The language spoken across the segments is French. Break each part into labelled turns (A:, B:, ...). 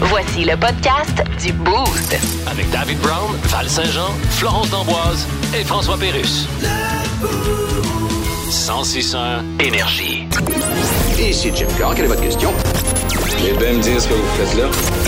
A: Voici le podcast du Boost.
B: Avec David Brown, Val Saint-Jean, Florence D'Amboise et François Pérus. 1061 Énergie.
C: Ici Jim Carr, quelle est votre question?
D: Et bien me dire ce que vous faites là.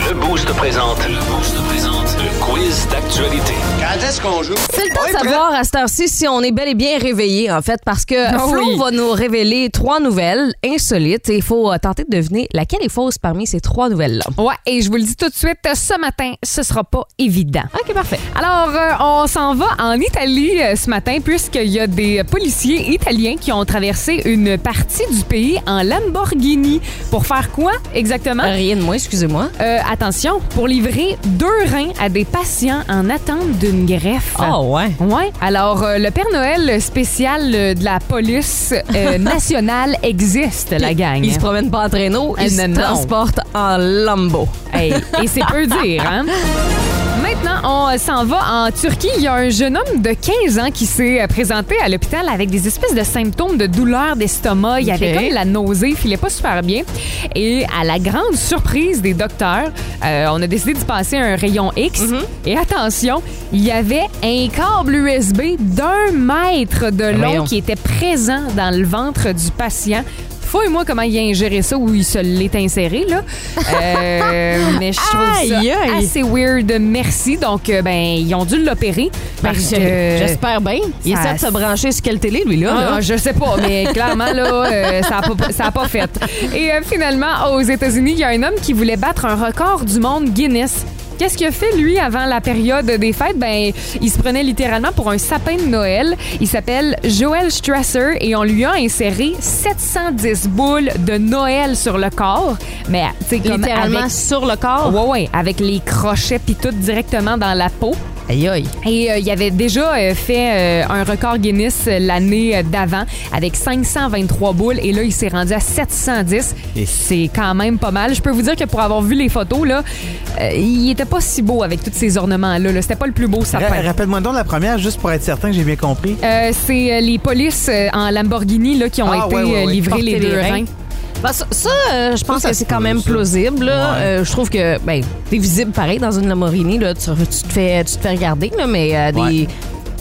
B: Le Boost présente. Le Boost présente. Le quiz d'actualité.
C: Quand est-ce qu'on joue?
E: C'est le temps de savoir à cette heure-ci si on est bel et bien réveillé, en fait, parce que Flo va nous révéler trois nouvelles insolites et il faut euh, tenter de deviner laquelle est fausse parmi ces trois nouvelles-là.
F: Ouais, et je vous le dis tout de suite, ce matin, ce sera pas évident.
E: OK, parfait.
F: Alors, euh, on s'en va en Italie euh, ce matin, puisqu'il y a des policiers italiens qui ont traversé une partie du pays en Lamborghini. Pour faire quoi exactement?
E: Rien de moins, excusez-moi.
F: Euh, attention, pour livrer deux reins à des patients en attente d'une greffe.
E: Ah ouais.
F: Ouais. Alors, euh, le Père Noël spécial euh, de la police euh, nationale existe, la gang.
E: Ils se promènent pas en traîneau,
F: Ah,
E: ils se
F: non, non.
E: transportent en lambeau.
F: Hey, et c'est peu dire, hein? Maintenant, on euh, s'en va en Turquie. Il y a un jeune homme de 15 ans qui s'est euh, présenté à l'hôpital avec des espèces de symptômes de douleur d'estomac. Il
E: Ok.
F: avait comme la nausée, il filait pas super bien. Et à la grande surprise des docteurs, euh, on a décidé de passer un rayon X. Et attention, il y avait un câble USB d'un mètre de long
E: voyons.
F: qui était présent dans le ventre du patient. Fouille-moi comment il a ingéré ça ou il se l'est inséré, là. Euh, mais je trouve ça
E: Aïe, aïe.
F: assez weird. Merci. Donc, euh, ben, ils ont dû l'opérer
E: Ben,
F: parce que...
E: J'espère bien. Il
F: ça-
E: essaie de se brancher sur quelle télé, lui, là?
F: Ah,
E: là?
F: je sais pas, mais clairement, là, euh, ça n'a pas, ça a pas fait. Et euh, finalement, aux États-Unis, il y a un homme qui voulait battre un record du monde Guinness. Qu'est-ce qu'il a fait, lui, avant la période des fêtes? Ben, il se prenait littéralement pour un sapin de Noël. Il s'appelle Joel Strasser et on lui a inséré 710 boules de Noël sur le corps. Mais, tu sais, comme
E: Littéralement
F: avec-
E: sur le corps.
F: Ouais, ouais, avec les crochets puis tout directement dans la peau.
E: Aïe, aïe.
F: Et euh, il avait déjà euh, fait euh, un record Guinness euh, l'année euh, d'avant avec 523 boules et là il s'est rendu à 710. C'est quand même pas mal. Je peux vous dire que pour avoir vu les photos là, euh, il était pas si beau avec tous ces ornements là. là. C'était pas le plus beau
G: Ra-
F: sapin.
G: Rappelle-moi donc la première, juste pour être certain que j'ai bien compris.
F: Euh, c'est euh, les polices euh, en Lamborghini là, qui ont
G: Ah,
F: été
G: ouais, ouais,
F: euh,
G: ouais.
F: livrés
E: Porter
F: les deux
E: les reins.
F: reins.
E: Ben, ça, ça, euh, je pense
G: Ça, ça
E: que
G: se
E: c'est quand
G: peut,
E: même
G: ça.
E: plausible. là.
G: Ouais.
E: Euh, je trouve que ben, t'es visible pareil dans une Lamborghini. Là, tu, tu te fais, tu te fais regarder, là, mais euh, des,
G: Ouais.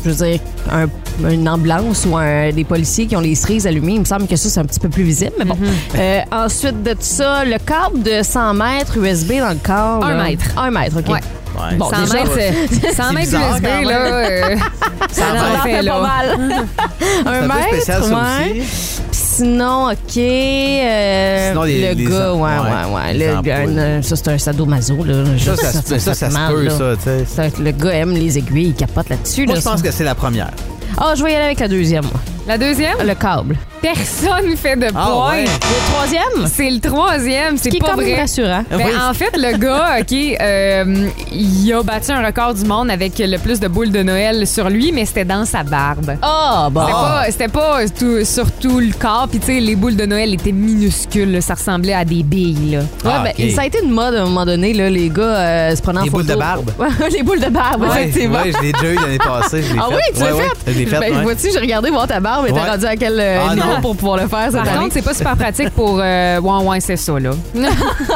E: je veux dire, un- une ambulance ou un- des policiers qui ont les cerises allumées, il me semble que ça, c'est un petit peu plus visible. Mais bon.
G: Mm-hmm.
E: Euh, ensuite de ça, le câble de 100 mètres USB dans le corps.
F: Un
E: là.
F: mètres.
E: Un mètre, OK.
F: Ouais.
G: Ouais.
E: Bon,
F: 100
E: déjà,
F: mètres, euh, 100 mètres
G: bizarre,
F: USB
G: quand même.
F: là, euh, ça
E: ça
F: en
E: en
F: fait
E: fait pas
F: là.
E: mal.
G: C'est
E: un
G: un peu
E: mètre,
G: spécial, ça
E: ouais.
G: aussi.
E: Sinon, OK. euh,
G: Sinon, les-
E: le
G: les
E: gars,
G: em-
E: ouais, ouais,
G: ouais,
E: ouais.
G: les
E: Le gars,
G: ampoules.
E: euh, ça, c'est un sadomaso. Là.
G: Ça, ça, se- ça, ça
E: fait
G: se
E: mal,
G: peut,
E: là.
G: ça, tu sais.
E: Ça, Le gars aime les aiguilles, il capote là-dessus.
G: Moi,
E: là,
G: je pense
E: ça.
G: que c'est la première.
E: Ah, je vais y aller avec la deuxième, moi.
F: La deuxième,
E: Ah, Le câble.
F: personne fait de
G: Ah,
F: point.
G: ouais.
E: Le troisième?
F: C'est le troisième,
E: Qui
F: c'est
E: est
F: pas
E: comme
F: vrai.
E: rassurant.
F: Ben, En fait, le gars, OK, euh, il a battu un record du monde avec le plus de boules de Noël sur lui, mais c'était dans sa barbe.
E: Ah, bon.
F: C'était pas- C'était pas, tout- sur tout le corps. Puis, tu sais, les boules de Noël étaient minuscules. là. Ça ressemblait à des billes, là.
E: Ouais,
G: Ah,
E: ben,
G: ok.
E: Ça a été une mode à un moment donné, là, les gars euh, se prenaient en
G: Les
E: photo.
G: boules de barbe.
E: les boules de barbe,
G: Ouais,
E: effectivement.
G: ouais, je l'ai déjà eu l'année passée. je l'ai
E: Ah oui,
G: faite.
E: tu l'as
G: Ouais, ouais,
E: fait?
G: je l'ai faite,
E: ben,
G: ouais.
E: vois-tu, j'ai regardé voir ta barbe et t'es
G: Ouais.
E: rendu à quel euh,
G: Ah,
E: niveau
G: non.
E: pour pouvoir le faire cette
F: Par
E: année?
F: contre, c'est pas super pratique pour. euh, ouais, ouais, c'est ça, là. Euh,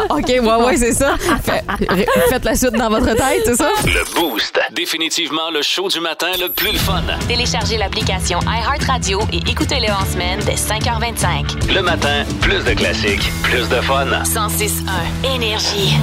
E: OK, ouais, ouais, c'est Ah, ça. Fait- ré- faites la suite dans votre tête, c'est ça?
B: Le Boost. Définitivement le show du matin le plus le fun.
A: Téléchargez l'application iHeartRadio et écoutez-le en semaine dès 5h25.
B: Le matin, plus de classiques, plus de fun.
A: 106.1 Énergie.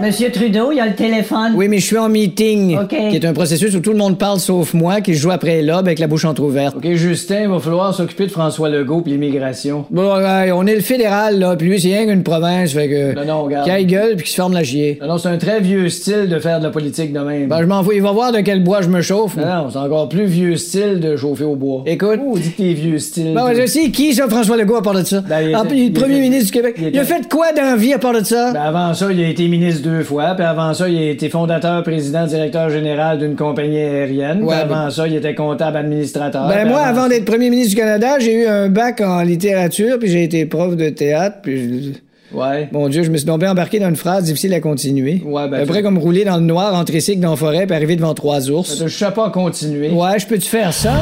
H: Monsieur Trudeau, il y a le téléphone.
I: Oui, mais je suis en meeting,
H: OK.
I: qui est un processus où tout le monde parle sauf moi, qui joue après l'aube avec la bouche entrouverte. OK, Justin, il va falloir s'occuper de François Legault puis l'immigration. Bon, ouais, on est le fédéral, là, puis lui, c'est rien qu'une province, fait que... Non, non, regarde. Qu'il gueule puis qu'il se forme la chier. Non, non, c'est un très vieux style de faire de la politique de même. Ben, je m'en fous, il va voir de quel bois je me chauffe. Non, non, c'est encore plus vieux style de chauffer au bois. Écoute... Oh, dit tes vieux styles. Ben, je sais qui, ça, François Legault, à part de ça? Ah, puis le premier ministre du Québec. Il, a fait quoi d'envie à part de ça? Ben, avant ça, il a été ministre deux fois. Puis avant ça, il a été fondateur, président, directeur général d'une compagnie aérienne. puis avant ça, il était comptable administrateur. Ben, moi, avant d'être premier ministre du Canada, j'ai eu un bac en littérature, puis j'ai été prof de théâtre, puis je- Mon Dieu, je me suis donc bien embarqué dans une phrase difficile à continuer. Ouais, ben. Après, comme rouler dans le noir, entrer cycle Ben, dans la forêt, puis arriver devant trois ours. Je sais pas continuer. Ouais, je peux-tu faire ça?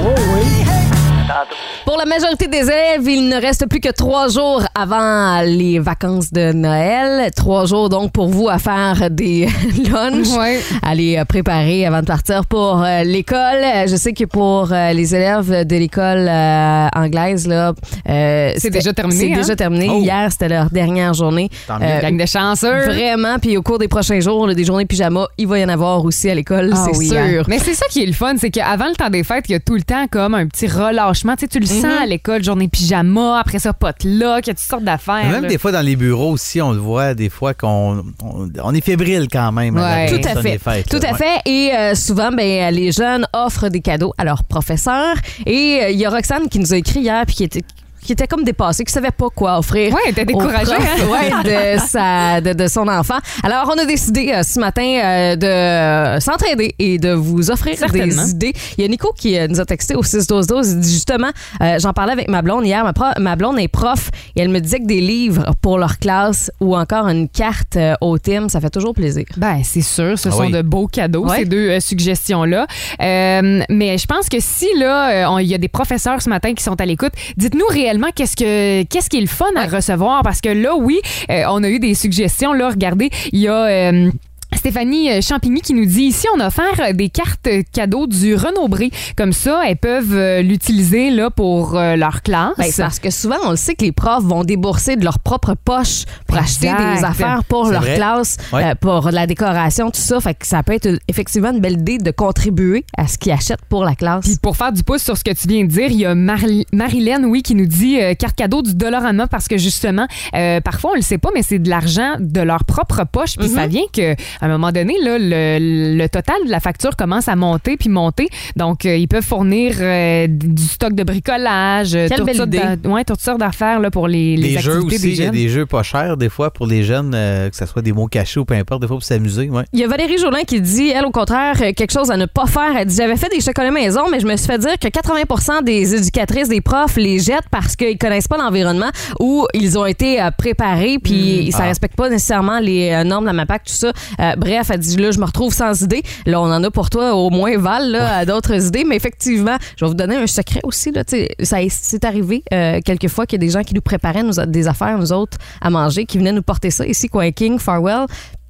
E: Pour la majorité des élèves, il ne reste plus que trois jours avant les vacances de Noël. Trois jours donc pour vous à faire des lunchs,
F: Ouais.
E: aller euh, préparer avant de partir pour euh, l'école. Euh, Je sais que pour euh, les élèves de l'école euh, anglaise, là, euh, c'était-
F: déjà terminé,
E: C'est
F: hein?
E: déjà terminé.
G: Oh.
E: Hier, c'était leur dernière journée. Euh,
G: Tant mieux.
F: Gang de chanceux.
E: Vraiment, puis au cours des prochains jours, là, des journées pyjama, il va y en avoir aussi à l'école,
F: Ah
E: c'est
F: oui,
E: sûr.
F: hein. Mais c'est ça qui est le fun, c'est qu'avant le temps des fêtes, il y a tout le temps comme un petit relâchement. Tu, sais, tu
E: Mm-hmm.
F: le sens à l'école, journée pyjama, après ça, potluck, il y a toutes sortes d'affaires.
G: Même
F: là.
G: des fois dans les bureaux aussi, on le voit des fois qu'on on, on est fébrile quand même.
F: Ouais.
G: la
E: Tout à
G: personne
E: fait.
G: des fêtes,
E: Tout
G: là.
E: à
G: Ouais.
E: fait. Et euh, souvent, ben, les jeunes offrent des cadeaux à leurs professeurs. Et euh, il y a Roxane qui nous a écrit hier puis qui était qui était comme dépassée, qui savait pas quoi offrir.
F: Ouais, elle était
E: au
F: découragée,
E: prof, ouais,
F: hein?
E: de, sa- de, de son enfant. Alors, on a décidé euh, ce matin euh, de euh, s'entraider et de vous offrir des
F: Certainement.
E: idées. Il y a Nico qui euh, nous a texté au 6-12-12. Il dit justement, euh, j'en parlais avec ma blonde hier. Ma, pro- ma blonde est prof et elle me disait que des livres pour leur classe ou encore une carte euh, au thème, ça fait toujours plaisir.
F: Ben, c'est sûr, ce
G: Ah
F: sont
G: oui.
F: de beaux cadeaux,
E: Ouais.
F: ces deux euh, suggestions-là. Euh, mais je pense que si, là, euh, on- il y a des professeurs ce matin qui sont à l'écoute, dites-nous réellement qu'est-ce que qu'est-ce qui est le fun à recevoir. Parce que là, oui, euh, on a eu des suggestions. Là, regardez, il y a. euh, Stéphanie euh, Champigny qui nous dit ici on a offert euh, des cartes cadeaux du Renaud Bré comme ça elles peuvent euh, l'utiliser là pour euh, leur classe.
E: Ben, c'est parce que souvent, on le sait que les profs vont débourser de leur propre poche pour
F: Exact.
E: acheter des affaires pour
G: C'est
E: leur
G: vrai.
E: classe,
G: Ouais.
E: euh, pour de la décoration, tout ça. Fait que ça peut être effectivement une belle idée de contribuer à ce qu'ils achètent pour la classe.
F: Puis pour faire du pouce sur ce que tu viens de dire, il y a Marl- Marilyn, oui, qui nous dit euh, carte cadeau du Dollarama parce que justement, euh, parfois on le sait pas, mais c'est de l'argent de leur propre poche. Puis
E: Mhm.
F: ça vient que à un moment donné, là, le, le total de la facture commence à monter puis monter. Donc euh, ils peuvent fournir euh, du stock de bricolage, euh,
E: Quelle
F: toutes
E: belle
F: sortes
E: idée.
F: d'a- ouais, toutes sortes d'affaires là, pour les, les
G: Des jeux
F: activités
G: aussi,
F: des
G: il y a
F: jeunes.
G: des jeux pas chers des fois pour les jeunes, euh, que ce soit des mots cachés ou peu importe, des fois pour s'amuser. Ouais.
E: Il y a Valérie Jolin qui dit, elle, au contraire, euh, quelque chose à ne pas faire. Elle dit J'avais fait des chocolats maison, mais je me suis fait dire que 80 des éducatrices, des profs les jettent parce qu'ils connaissent pas l'environnement ou ils ont été euh, préparés, puis ça
G: Ah.
E: respecte pas nécessairement les euh, normes, la MAPAC, tout ça. Euh, bref, elle dit Là, je me retrouve sans idée. Là, on en a pour toi au moins Val, là, à d'autres idées, mais effectivement, je vais vous donner un secret aussi. Là, tu sais, ça est- c'est arrivé euh, quelquefois qu'il y a des gens qui nous préparaient nous, a- des affaires, nous autres, à manger, qui venaient nous porter ça ici, Coin King, Farewell,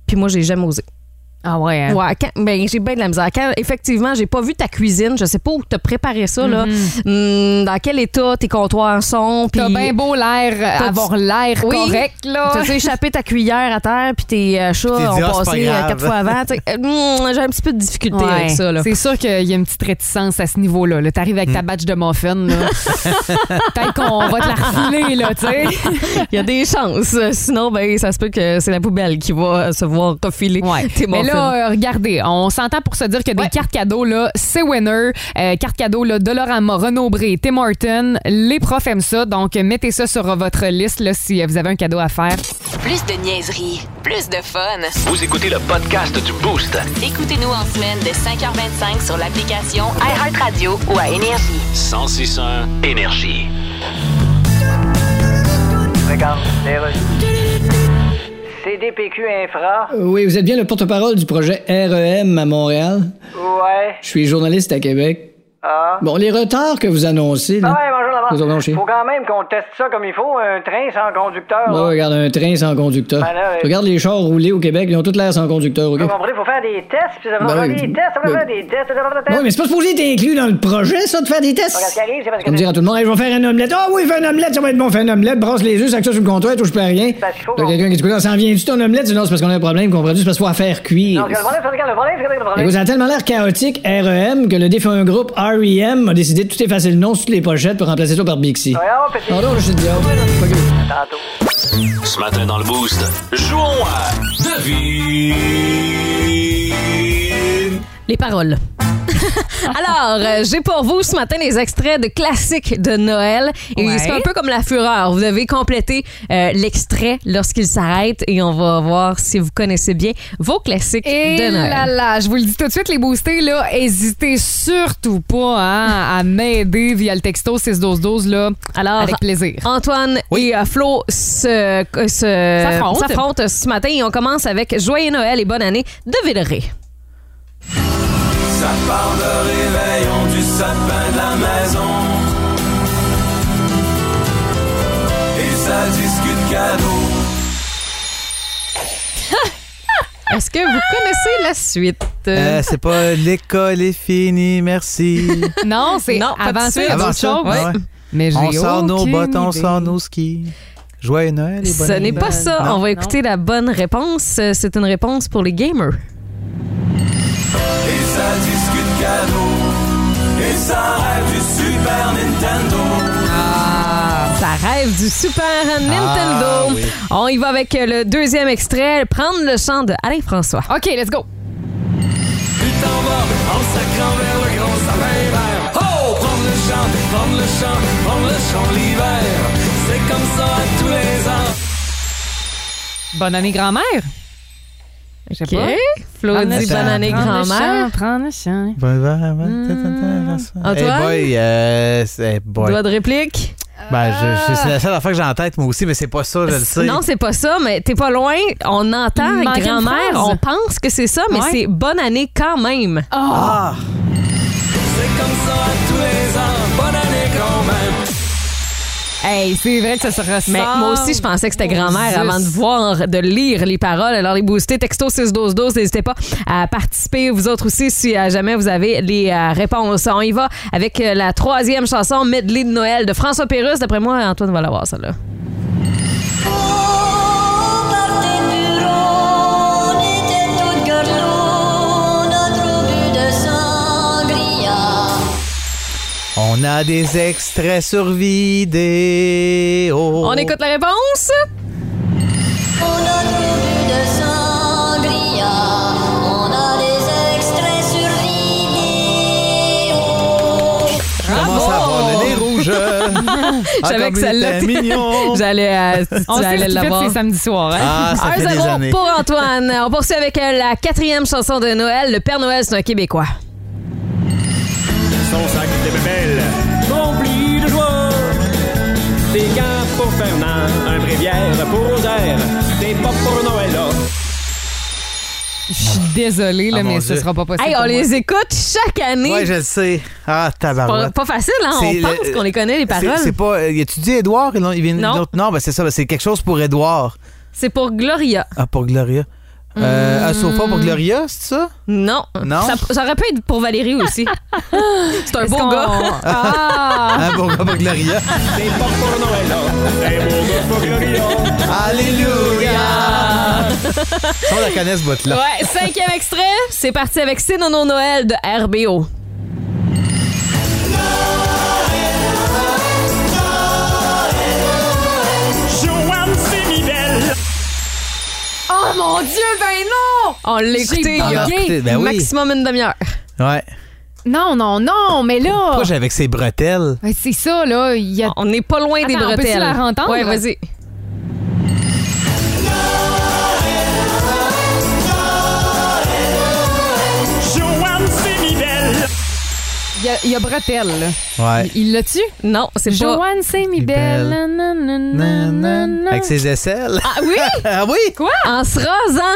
E: puis moi, j'ai jamais osé.
F: Ah ouais. hein.
E: Ouais, quand- ben, j'ai bien de la misère. Quand, effectivement, j'ai pas vu ta cuisine, je sais pas où t'as préparé ça, là. Hum, dans quel état tes comptoirs sont, puis
F: Mm-hmm. T'as bien beau hein? l'air, euh,
E: T'as-
F: avoir l'air
E: Oui.
F: correct là.
E: T'as échappé ta cuillère à terre, puis tes euh, chats
G: Puis t'es dit,
E: ont
G: Ah,
E: passé
G: c'est pas
E: euh,
G: grave.
E: quatre fois avant. Tu sais, euh, hum, j'ai un petit peu de difficulté
F: Ouais.
E: avec ça, là.
F: C'est sûr qu'il y a une petite réticence à ce niveau-là. -là, T'arrives avec ta
E: Mm.
F: batch de muffins. là. Peut-être qu'on va te la refiler, là, tu sais.
E: Il y a des chances. Sinon, ben, ça se peut que c'est la poubelle qui va se voir refiler
F: Ouais.
E: tes
F: Mais
E: muffins.
F: là, euh, regardez, on s'entend pour se dire que des cartes cadeaux, là, c'est winner. Euh, cartes cadeaux, là, Dolorama, Renaud Bré, Tim Horton. Les profs aiment ça. Donc, mettez ça sur votre liste, là, si euh, vous avez un cadeau à faire.
A: Plus de niaiserie, plus de fun.
B: Vous écoutez le podcast du Boost.
A: Écoutez-nous en semaine de 5h25 sur l'application iHeartRadio ou à Énergie.
B: 1061 Énergie.
J: CDPQ Infra.
I: Euh, Oui, vous êtes bien le porte-parole du projet REM à Montréal.
J: Ouais.
I: Je suis journaliste à Québec.
J: Ah.
I: Bon, les retards que vous annoncez, là.
J: Ouais, bonjour
I: Nous allons chez-
J: d'abord. Faut quand même qu'on teste ça comme il faut, un train sans conducteur.
I: Bon,
J: là.
I: regarde, un train sans conducteur.
J: Ben là, ouais.
I: Regarde les chars roulés au Québec, ils ont toutes l'air sans conducteur, OK?
J: Vous comprenez, faut faire des tests, puis ça va
I: Ben
J: faire
I: oui.
J: des tests, ça va
I: Ben-
J: faire des tests, ça va faire des
I: Oui,
J: tests.
I: mais c'est pas supposé être inclus dans le projet, ça, de faire des tests.
J: Regarde, ce qui arrive, c'est parce que
I: Comme dire à tout le monde, Hey, je vais faire une omelette. Ah oui, fais une omelette, ça va être bon, fais une omelette, brasse les œufs, sac ça sur le comptoir, touche pas à rien.
J: Parce qu'il Ben, faut
I: Là,
J: qu'on-
I: quelqu'un qui dit, Coudonc, ça en vient-tu ton omelette? Je dis, Non, c'est parce qu'on a un problème, comprends-tu? C'est parce qu'il faut la faire cuire.
J: Non, regarde, le problème, c'est regarde, le problème, c'est regarde, le
I: Mais
J: problème.
I: vous avez tellement l'air chaotique, REM, que le défunt groupe REM a décidé de tout effacer le nom sur toutes les pochettes pour remplacer ça par Bixi.
J: Ouais, oh, petit,
I: Pardon, je suis dit, oh, ok.
J: tantôt.
B: Ce matin dans le Boost, jouons à Devine.
E: Les paroles. Alors, euh, j'ai pour vous ce matin les extraits de classiques de Noël. Et
F: Ouais.
E: c'est un peu comme la fureur. Vous devez compléter euh, l'extrait lorsqu'il s'arrête et on va voir si vous connaissez bien vos classiques
F: Et
E: de Noël.
F: là là, je vous le dis tout de suite, les boostés, là, hésitez surtout pas hein, à m'aider via le texto 61212, là,
E: Alors,
F: avec plaisir.
E: Antoine et euh, Flo se- euh, se-
F: S'affrontent.
E: s'affrontent ce matin et on commence avec Joyeux Noël et bonne année de Villeray.
D: Ça part le réveillon du sapin de la maison.
K: la discute cadeau.
E: Est-ce que vous connaissez la suite?
G: Euh, c'est pas l'école est finie, merci.
F: Non, c'est
E: Non, pas de
F: avant ça, il y a
G: Avant
F: d'autres
G: ça,
F: choses.
G: ouais.
F: Mais j'ai
G: on sort nos
F: aucune
G: bottes, on
F: idée.
G: sort nos skis. Joyeux Noël et bonne
E: Ce n'est
G: année.
E: pas ça.
G: Non.
E: On va écouter la bonne réponse. Euh, C'est une réponse pour les gamers.
K: Et ça discute cadeau. Et ça rêve du Super Nintendo.
E: Ah, Ça rêve du Super
G: Ah,
E: Nintendo.
G: oui.
E: On y va avec euh, le deuxième extrait. Prendre le chant de Alain François.
F: OK, let's go.
K: Tu t'en vas en sacrant vers le grand sapin vert. Oh! Prendre le champ, prendre le champ, prendre le champ l'hiver. C'est comme ça à tous les ans.
F: Bonne année, grand-mère. Je sais
E: OK.
F: pas.
E: Flo
F: Prendre
E: dit
F: le
E: bonne
G: chant,
E: année,
F: Prendre le
E: grand-mère.
F: chien, Prendre le chien.
G: Bon, bon, bon, ta,
E: Hmm.
G: ta, ta, ta, ta.
E: Antoine?
G: Hey boy, euh, c'est- hey boy.
E: Doigt de réplique.
G: Ben, je- je- c'est la seule affaire que j'ai en tête, moi aussi, mais c'est pas ça, je le sais.
E: Non, c'est pas ça, mais t'es pas loin. On entend
F: Il manquait une
E: grand-mère,
F: phrase.
E: on pense que c'est ça, mais
F: Ouais.
E: c'est bonne année quand même.
G: Ah!
K: C'est comme ça à tous les ans. Bonne année quand même.
F: Hey, c'est vrai que ça se ressent.
E: Mais moi aussi, je pensais que c'était
F: Oh,
E: grand-mère
F: zut.
E: avant de voir, de lire les paroles. Alors, les boostés, texto 61212, n'hésitez pas à participer, vous autres aussi, si euh, jamais vous avez les euh, réponses. On y va avec euh, la troisième chanson, Medley de Noël de François Pérusse. D'après moi, Antoine va l'avoir, celle-là.
G: On a des extraits Oh, sur vidéo.
E: On écoute la réponse?
G: Je commence à avoir le nez rouge. Ah,
E: Je savais que celle-là,
G: C'est mignon.
E: J'allais, euh, tu
F: On sait
E: allais
F: ce qu'il fait
E: l'avoir.
F: ces samedis soirs. Hein?
G: Ah, ça fait des
E: 1-0
G: années.
E: pour Antoine. On poursuit avec euh, la quatrième chanson de Noël. Le Père Noël, c'est un Québécois.
K: Son sac de bébelles rempli de joie. Des gants pour Fernand, un bréviaire pour Rosaire, des pop pour Noël.
F: Je suis désolée, là,
G: Ah, mon
F: mais ce
G: Dieu.
F: sera pas possible.
E: Hey, on
F: pour moi.
E: les écoute chaque année.
G: Ouais, je le sais. Ah,
E: pas,
G: tabarouette.
E: pas facile, hein? On
G: C'est
E: pense
G: le- euh,
E: qu'on les connaît, les
G: C'est-
E: paroles.
G: C'est pas. euh, Y a-tu dit Édouard? Non, il vient
E: Non.
G: d'une autre- non ben c'est ça. ben c'est quelque chose pour Édouard.
E: C'est pour Gloria.
G: Ah, pour Gloria. Euh,
E: Hmm.
G: Un sofa pour Gloria, c'est ça?
E: Non.
G: Non?
E: Ça, ça aurait pu être pour Valérie aussi. c'est un
F: Est-ce
E: beau
F: qu'on-
E: gars.
F: Ah!
G: Un bon gars pour Gloria.
K: Des pop pour Noël. Des beaux gars pour Gloria.
G: Alléluia! Ça, on la connaît, ce bout-là.
E: Ouais, cinquième extrait. C'est parti avec C'est Nono Noël de RBO.
K: Joanne Simidel.
F: Oh mon Dieu, ben non!
E: On l'a écouté
F: J'ai
E: il y a
F: bugué.
G: écouté, ben oui.
E: maximum une demi-heure.
G: Ouais.
F: Non, non, non, mais là.
G: Pourquoi j'ai avec ses bretelles?
F: Ben, c'est ça, là. Il y a.
E: On n'est pas loin des
F: Attends, on peut-tu
E: bretelles.
F: la rentendre?
E: Ouais, vas-y.
K: Joanne Simidel.
F: Il y a, il y a bretelle, là.
G: Ouais.
F: Il l'a tu
E: Non, c'est pas.
F: Joanne Saint-Mibel.
G: Belle.
F: nanana.
G: Avec ses aisselles.
E: Ah oui?
G: Ah oui?
E: Quoi? En se rasant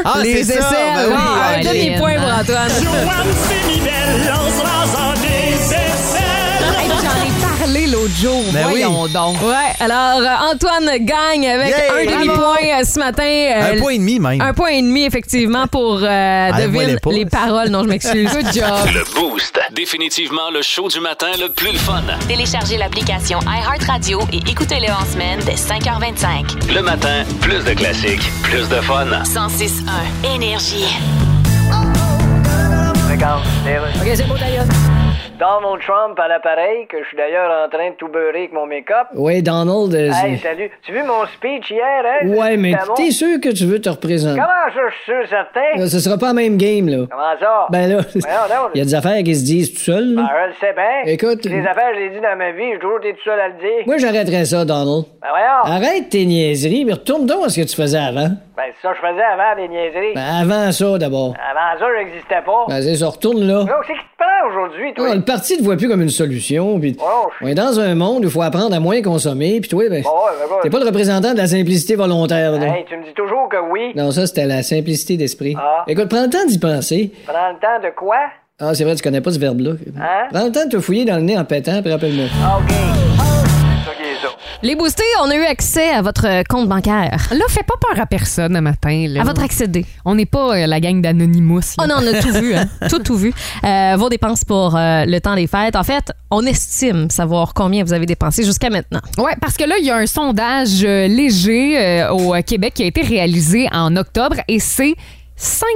G: Ah,
E: les
G: c'est
E: aisselles.
G: ça, ben oui,
E: Ah, un
G: Aline.
E: demi-point pour Antoine.
K: Joanne Simidel. En se rasant des aisselles.
F: Hey, J'en ai parlé l'autre jour.
G: Ben oui.
F: Voyons donc.
E: Ouais, alors euh, Antoine gagne avec
G: Yeah,
E: un
G: bravo.
E: demi-point euh, ce matin. euh,
G: Un point et demi, Ah, même.
E: Un point et demi, effectivement, pour euh,
G: Enlève-moi
E: devine
G: les pouces.
E: les paroles. Non, je m'excuse.
F: Good job.
B: Le Boost. Définitivement le show du matin le plus le fun.
A: Téléchargez l'application iHeartRadio et écoutez-le en semaine dès 5h25.
B: Le matin, plus de classiques, plus de fun.
A: 106.1 Énergie.
J: Regarde, OK, c'est Donald Trump à l'appareil, que je suis d'ailleurs en train de tout beurrer avec mon make-up.
I: Oui, Donald. euh,
J: Hey,
I: c'est-
J: salut. Tu vu mon speech hier, hein?
I: ouais, mais
J: C'était bon.
I: t'es sûr que tu veux te représenter?
J: Comment ça, je suis sûr, certain?
I: Là, ce sera pas la même game, là.
J: Comment ça?
I: Ben là,
J: non.
I: il y a des affaires qui se disent tout seul. là.
J: Ben, je le sais bien.
I: Écoute-
J: Les affaires, je les dit dans ma vie, j'ai toujours été tout seul à le dire.
I: Moi, j'arrêterais ça, Donald.
J: Ben, voyons.
I: Arrête tes niaiseries, mais retourne donc à ce que tu faisais avant.
J: Ben, c'est ça que je faisais avant des niaiseries.
I: Ben, avant ça, d'abord.
J: Avant ça, je n'existais pas.
I: Ben, c'est ça, retourne là.
J: Donc, c'est qui te prend aujourd'hui, toi?
I: Ah, le parti ne voit plus comme une solution. Puis
J: Oh, je-
I: on est dans un monde où il faut apprendre à moins consommer. Puis toi, ben,
J: Bon, ouais, ben, bon.
I: t'es pas le représentant de la simplicité volontaire. là.
J: Hey, tu me dis toujours que oui.
I: Non, ça, c'était la simplicité d'esprit.
J: Ah.
I: Écoute, prends le temps d'y penser.
J: Prends le temps de quoi?
I: Ah, c'est vrai, tu connais pas ce verbe-là.
J: Hein?
I: Prends le temps de te fouiller dans le nez en pétant, puis rappelle-moi.
J: Ah, OK. C'est ça qui est ça.
E: Les boostés, on a eu accès à votre euh, compte bancaire.
F: Là, fais pas peur à personne un matin. là.
E: À votre accédé.
F: On n'est pas euh, la gang d'Anonymous. là.
E: Oh non, on a tout vu, hein. tout, tout vu. Euh, vos dépenses pour euh, le temps des fêtes. En fait, on estime savoir combien vous avez dépensé jusqu'à maintenant.
F: Oui, parce que là, il y a un sondage euh, léger euh, au euh, Québec qui a été réalisé en octobre et c'est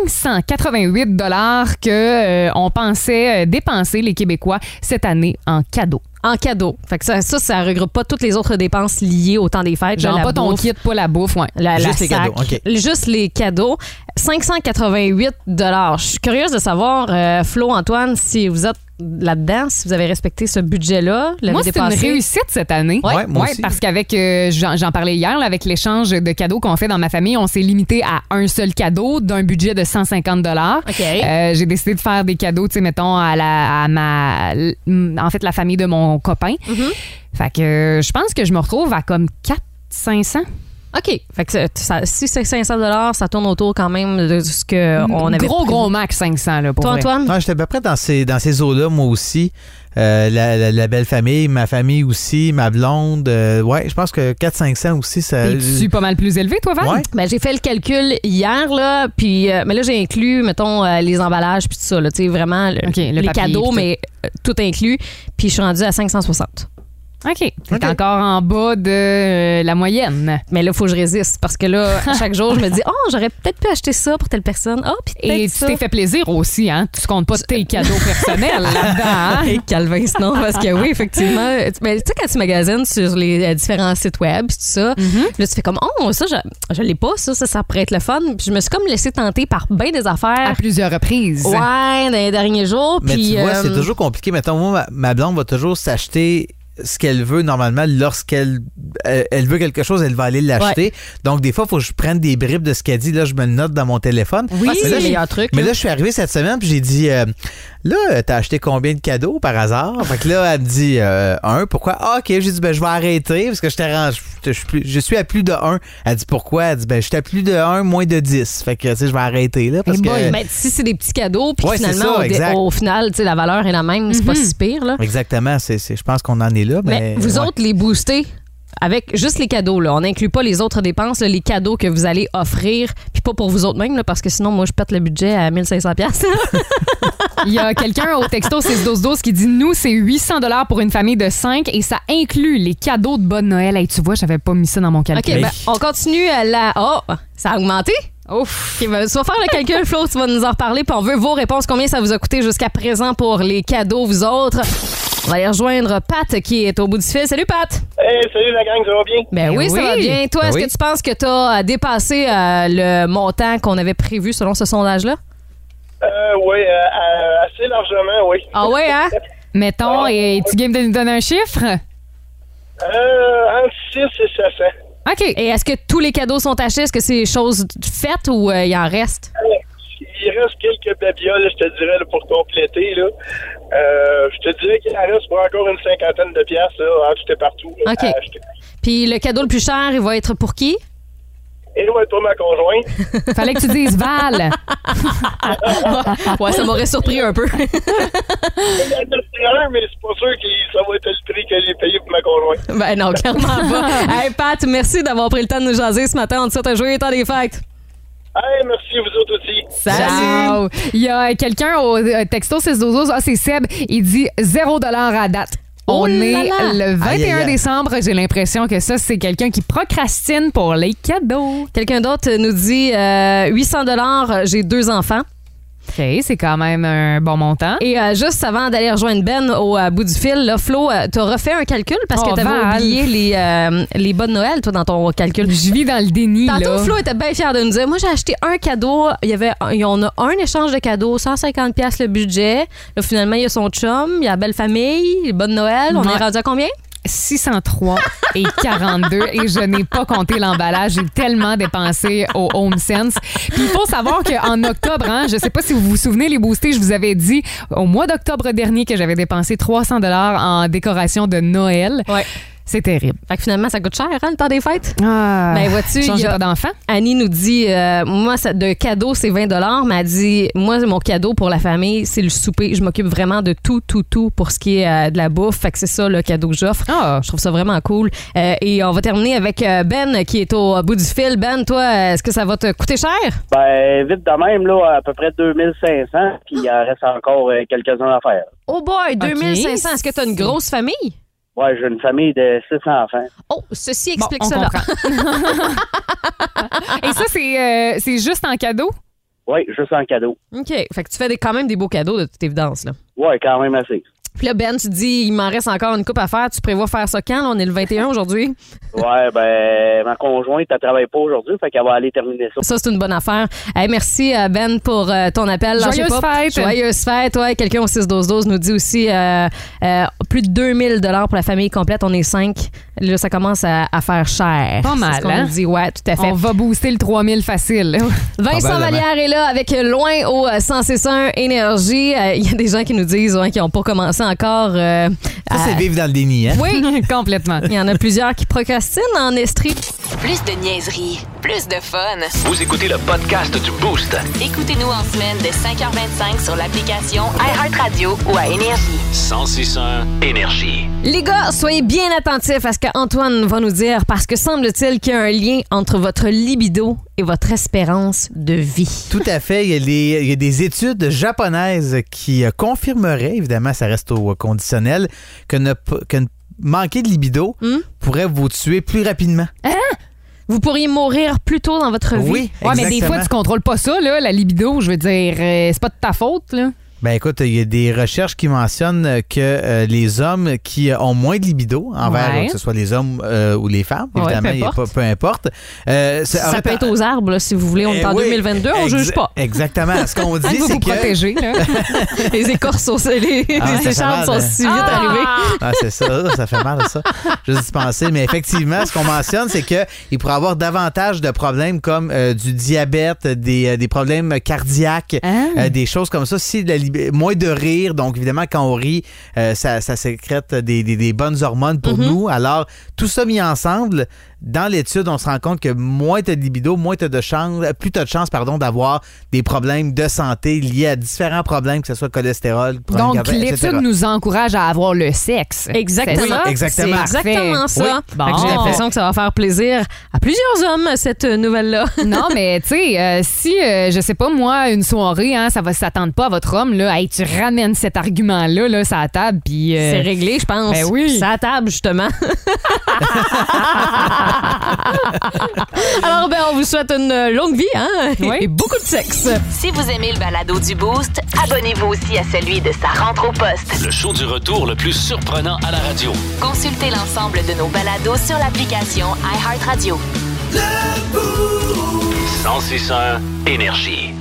F: 588 dollars que euh, on pensait euh, dépenser les Québécois cette année en cadeaux.
E: En cadeau. Fait que ça, ça, ça regroupe pas toutes les autres dépenses liées au temps des fêtes.
F: Genre
E: la
F: pas ton
E: bouffe,
F: kit, pas la bouffe, ouais.
E: la- la
G: Juste les
E: sac.
G: cadeaux, OK.
E: Juste les cadeaux. 588 Je suis curieuse de savoir, euh, Flo, Antoine, si vous êtes là-dedans, si vous avez respecté ce budget-là. l'avez
F: Moi, c'est une
E: dépassé.
F: réussite cette année.
G: Ouais, moi aussi.
F: parce qu'avec, euh, j'en j'en parlais hier, là, avec l'échange de cadeaux qu'on fait dans ma famille, on s'est limité à un seul cadeau d'un budget de 150
E: OK.
F: Euh, J'ai décidé de faire des cadeaux, tu sais, mettons, à, la, à ma. l- En fait, la famille de mon copain. Fait que euh, je pense que je me retrouve à comme 4 500.
E: OK. Fait que ça- ça- si c'est 500 ça tourne autour quand même de ce
F: Euh,
E: qu'on avait.
F: gros,
E: prévu.
F: gros max 500, là, pour
E: Toi,
F: vrai.
E: Antoine?
G: Non, Ah, j'étais à peu près dans ces, dans ces eaux-là, moi aussi. Euh, la, la- la belle famille, ma famille aussi, ma blonde. euh, ouais, je pense que 4-500 aussi, ça.
F: T'es-tu pas mal plus élevé, toi, Val?
G: Euh, Ouais.
E: Ben, j'ai fait le calcul hier, là, puis euh, mais là, j'ai inclus, mettons, euh, les emballages, puis tout ça, là, tu sais, vraiment, le-
F: OK, le
E: les
F: papier, puis
E: cadeaux,
F: tout.
E: mais euh, tout inclus, puis je suis rendue à 560.
F: OK. T'es encore en bas de euh, la moyenne.
E: Mais là, il faut que je résiste, parce que là, à chaque jour, je me dis, oh, j'aurais peut-être pu acheter ça pour telle personne, oh, puis
F: Et
E: peut-être
F: tu
E: ça.
F: t'es fait plaisir aussi, hein? Tu comptes pas tes cadeaux personnels là-dedans, hein?
E: Et Calvin, non, parce que oui, effectivement. euh, tu- Mais tu sais, quand tu magasines sur les euh, différents sites web, pis tout ça,
F: Mm-hmm.
E: là, tu fais comme, oh, ça, je, je l'ai pas, ça, ça, ça pourrait être le fun. Puis je me suis comme laissé tenter par bien des
F: À
E: affaires.
F: plusieurs reprises.
E: Ouais, dans les derniers jours.
G: Mais
E: puis,
G: tu vois,
E: euh,
G: c'est toujours compliqué. Mettons, moi, ma, ma blonde va toujours s'acheter ce qu'elle veut normalement lorsqu'elle euh, elle veut quelque chose, elle va aller l'acheter. Donc, des fois, il faut que je prenne des bribes de ce qu'elle dit. Là, je me le note dans mon téléphone.
E: Oui,
G: mais là,
E: c'est le
G: je-
E: meilleur truc.
G: Mais
E: là.
G: là, je suis arrivé cette semaine, puis j'ai dit, euh, là, euh, t'as acheté combien de cadeaux par hasard? Fait que là, elle me dit, euh, un, pourquoi? Ah, ok, j'ai dit, ben, je vais arrêter, parce que je t'arrange, je, je suis plus- je suis à plus de un. Elle dit, pourquoi? Elle dit, ben, je suis à plus de un, moins de dix. Fait que, tu sais, je vais arrêter, là, parce
E: Eh
G: que.
E: boy, mais si c'est des petits cadeaux, puis
G: Ouais, c'est
E: finalement,
G: ça,
E: au dé-
G: exact.
E: au, final, tu sais, la valeur est la même, c'est pas si pire. Là.
G: Exactement, c'est, c'est- je pense qu'on en est là.
E: Mais
G: Mais,
E: vous
G: ouais.
E: autres, les boostés, avec juste les cadeaux, là, on n'inclut pas les autres dépenses, là, les cadeaux que vous allez offrir, puis pas pour vous autres même, là, parce que sinon, moi, je pète le budget à 1500$. piastres.
F: Il y a quelqu'un au texto 61212 qui dit Nous, c'est 800 pour une famille de 5 et ça inclut les cadeaux de bonne Noël. Hey, tu vois, j'avais pas mis ça dans mon
E: OK,
F: calcul.
E: ben, on continue à la... Oh, ça a augmenté?
F: Ouf.
E: OK, ben, tu vas faire le calcul, Flo, tu vas nous en reparler, puis on veut vos réponses. Combien ça vous a coûté jusqu'à présent pour les cadeaux, vous autres? On va aller rejoindre Pat, qui est au bout du fil. Salut, Pat!
L: Hey, salut la gang, ça va bien?
E: Ben
F: Ben
E: oui, ça
F: oui.
E: va bien. Toi,
G: Ben
E: est-ce
G: oui.
E: que tu penses que tu as dépassé euh, le montant qu'on avait prévu selon ce sondage-là?
L: Euh, oui, euh, euh, assez largement, oui.
E: Ah ouais, hein?
F: Mettons, et tu game de nous donner un chiffre
L: Euh, entre 6 et 700.
F: OK.
E: Et est-ce que tous les cadeaux sont achetés? Est-ce que c'est choses faites ou euh, il en reste?
L: Il reste quelques babioles, je te dirais, là, pour compléter. Là. Euh, je te dirais qu'il en reste pour encore une cinquantaine de pièces là, en tout et partout là, Euh,
E: OK.
L: à acheter.
E: Puis le cadeau le plus cher, il va être pour qui?
L: Et ouais, toi, ma conjointe.
F: Fallait que tu dises Val.
E: Ouais, ça m'aurait surpris un peu.
L: Il en reste un, mais c'est pas sûr que ça va être le prix que j'ai payé pour ma conjointe.
E: ben non, clairement pas. Hey Pat, merci d'avoir pris le temps de nous jaser ce matin. On te souhaite un joyeux temps des fêtes.
L: Hey, merci, vous autres aussi.
F: Ciao. Il y a quelqu'un au euh, texto 61212, ah, c'est Seb, il dit 0 à date.
E: Oh
F: On
E: là
F: est
E: là.
F: le 21
G: Aïe, aïe, aïe.
F: décembre. J'ai l'impression que ça, c'est quelqu'un qui procrastine pour les cadeaux.
E: Quelqu'un d'autre nous dit euh, 800 j'ai deux enfants.
F: OK, c'est quand même un bon montant.
E: Et euh, juste avant d'aller rejoindre Ben au euh, bout du fil, là, Flo, euh, t'as refait un calcul parce
F: Oh,
E: que t'avais
F: Val.
E: oublié les, euh, les bonnes Noël, toi, dans ton calcul.
F: Je vis dans le déni.
E: Tantôt,
F: là.
E: Flo était bien fier de nous dire Moi, j'ai acheté un cadeau. Il y avait, il y en a un échange de cadeaux, 150$ piastres le budget. Là, finalement, il y a son chum, il y a la belle famille, les bonnes Noël. On
F: Ouais.
E: est rendu à combien
F: 603 et 42 et je n'ai pas compté l'emballage. J'ai tellement dépensé au Home Sense. Puis il faut savoir qu'en octobre, hein, je sais pas si vous vous souvenez, les boostés, je vous avais dit au mois d'octobre dernier que j'avais dépensé 300 dollars en décoration de Noël.
E: Ouais.
F: C'est terrible.
E: Fait que finalement, ça coûte cher, hein, le temps des fêtes?
F: Ah,
E: ben, vois-tu, il
F: changez
E: y a-
F: pas d'enfant.
E: Annie nous dit, euh, moi, ça, de cadeau, c'est 20 mais elle dit, moi, mon cadeau pour la famille, c'est le souper. Je m'occupe vraiment de tout, tout, tout pour ce qui est euh, de la bouffe. Fait que c'est ça le cadeau que j'offre.
F: Ah,
E: Je trouve ça vraiment cool. Euh, et on va terminer avec euh, Ben qui est au bout du fil. Ben, toi, est-ce que ça va te coûter cher?
M: Ben, vite de même, là, à peu près 2500, puis il en reste encore euh, quelques-uns à faire.
E: Oh boy, 2500. Est-ce que tu as une grosse famille?
M: Ouais, j'ai une famille de 6 enfants.
E: Oh, ceci explique
F: on
E: cela.
F: Et ça, c'est euh, c'est juste en cadeau?
M: Oui, juste en cadeau.
E: OK. Fait que tu fais des- quand même des beaux cadeaux de toute évidence. Là.
M: Ouais, quand même assez.
E: Puis là, Ben, tu dis, il m'en reste encore une coupe à faire. Tu prévois faire ça quand? Là, on est le 21 aujourd'hui.
M: Ouais, ben, ma conjointe, elle travaille pas aujourd'hui, fait qu'elle va aller terminer ça.
E: Ça, c'est une bonne affaire. Hey, merci, euh, Ben, pour euh, ton appel. Lâchez
F: Joyeuses
E: pas.
F: fêtes.
E: Joyeuses fêtes. Ouais, quelqu'un au 6-12-12 nous dit aussi euh, euh, plus de 2000 pour la famille complète. On est 5. Là, ça commence à, à faire cher.
F: Pas mal,
E: C'est ce qu'on
F: hein?
E: nous dit. Ouais, tout à fait.
F: On va booster le 3000 facile.
E: Vincent Vallière est là avec Loin au euh, 106.1 Énergie. Euh, Il y a des gens qui nous disent ouais, qu'ils n'ont pas commencé encore. euh,
G: Ça, c'est
E: à-
G: vivre dans le déni, hein?
E: Oui, complètement. Il y en a plusieurs qui procrastinent en estrie.
A: Plus de niaiserie, plus de fun.
B: Vous écoutez le podcast du Boost.
A: Écoutez-nous en semaine de 5h25 sur l'application iHeartRadio ou à Énergie.
B: 1061 Énergie.
E: Les gars, soyez bien attentifs à ce qu'Antoine va nous dire parce que semble-t-il qu'il y a un lien entre votre libido et votre espérance de vie.
G: Tout à fait. Il y, a des, il y a des études japonaises qui euh, confirmeraient, évidemment, ça reste au conditionnel, que ne, p- que ne- manquer de libido
E: Hmm?
G: pourrait vous tuer plus rapidement.
E: Vous pourriez mourir plus tôt dans votre vie.
G: Oui,
F: Ouais, mais des
G: exactement.
F: fois, tu contrôles pas ça, là, la libido. Je veux dire, euh, c'est pas de ta faute. Là.
G: Ben écoute, il y a des recherches qui mentionnent euh, que euh, les hommes qui euh, ont moins de libido envers
E: Ouais.
G: euh, que ce soit les hommes euh, ou les femmes,
E: Ouais,
G: évidemment,
E: peu
G: il y a
E: importe.
G: pas- peu importe. Euh, c'est-
E: Ça,
G: en fait,
E: peut être aux arbres, là, si vous voulez. On est
G: Eh
E: en
G: oui,
E: 2022, on
G: exa-
E: juge pas.
G: Exactement. Ce qu'on dit,
E: Vous
G: c'est
E: vous
G: que-
E: protégez. là. les écorces sont scellées.
G: Ah,
E: les
G: ça fait
E: écharpes
G: mal,
E: sont
G: hein.
E: si vite
G: Ah!
E: arrivées.
G: Ah, c'est ça, ça fait mal, ça. Juste d'y penser. Mais effectivement, ce qu'on mentionne, c'est qu'il pourrait avoir davantage de problèmes comme euh, du diabète, des, euh, des problèmes cardiaques,
F: Ah.
G: euh, des choses comme ça. Si la lib- moins de rire, donc évidemment, quand on rit, euh, ça, ça sécrète des, des- des bonnes hormones pour
F: Mhm.
G: nous. Alors, tout ça mis ensemble, dans l'étude, on se rend compte que moins tu de libido, moins tu de chance, euh, plus tu de chance pardon, d'avoir des problèmes de santé liés à différents problèmes, que ce soit cholestérol, problème
F: Donc,
G: cardiaque, etc.
F: l'étude nous encourage à avoir le sexe.
E: Exactement.
F: C'est ça?
E: Oui,
G: exactement.
E: C'est exactement
F: Parfait.
E: ça.
F: Oui. Bon.
E: Fait que J'ai l'impression que ça va faire plaisir à plusieurs hommes, cette euh, nouvelle-là.
F: Non, mais tu sais, euh, si, euh, je sais pas, moi, une soirée, hein, ça va s'attendre pas à votre homme, là, hey, tu ramènes cet argument-là, là, ça à table, puis. euh,
E: C'est réglé, je pense.
F: Ben oui.
E: Ça à table, justement. Alors, ben, on vous souhaite une longue vie, hein? Et beaucoup de sexe.
A: Si vous aimez le balado du Boost, abonnez-vous aussi à celui de sa rentre au poste.
B: Le show du retour le plus surprenant à la radio.
A: Consultez l'ensemble de nos balados sur l'application iHeartRadio.
B: 1061 Énergie.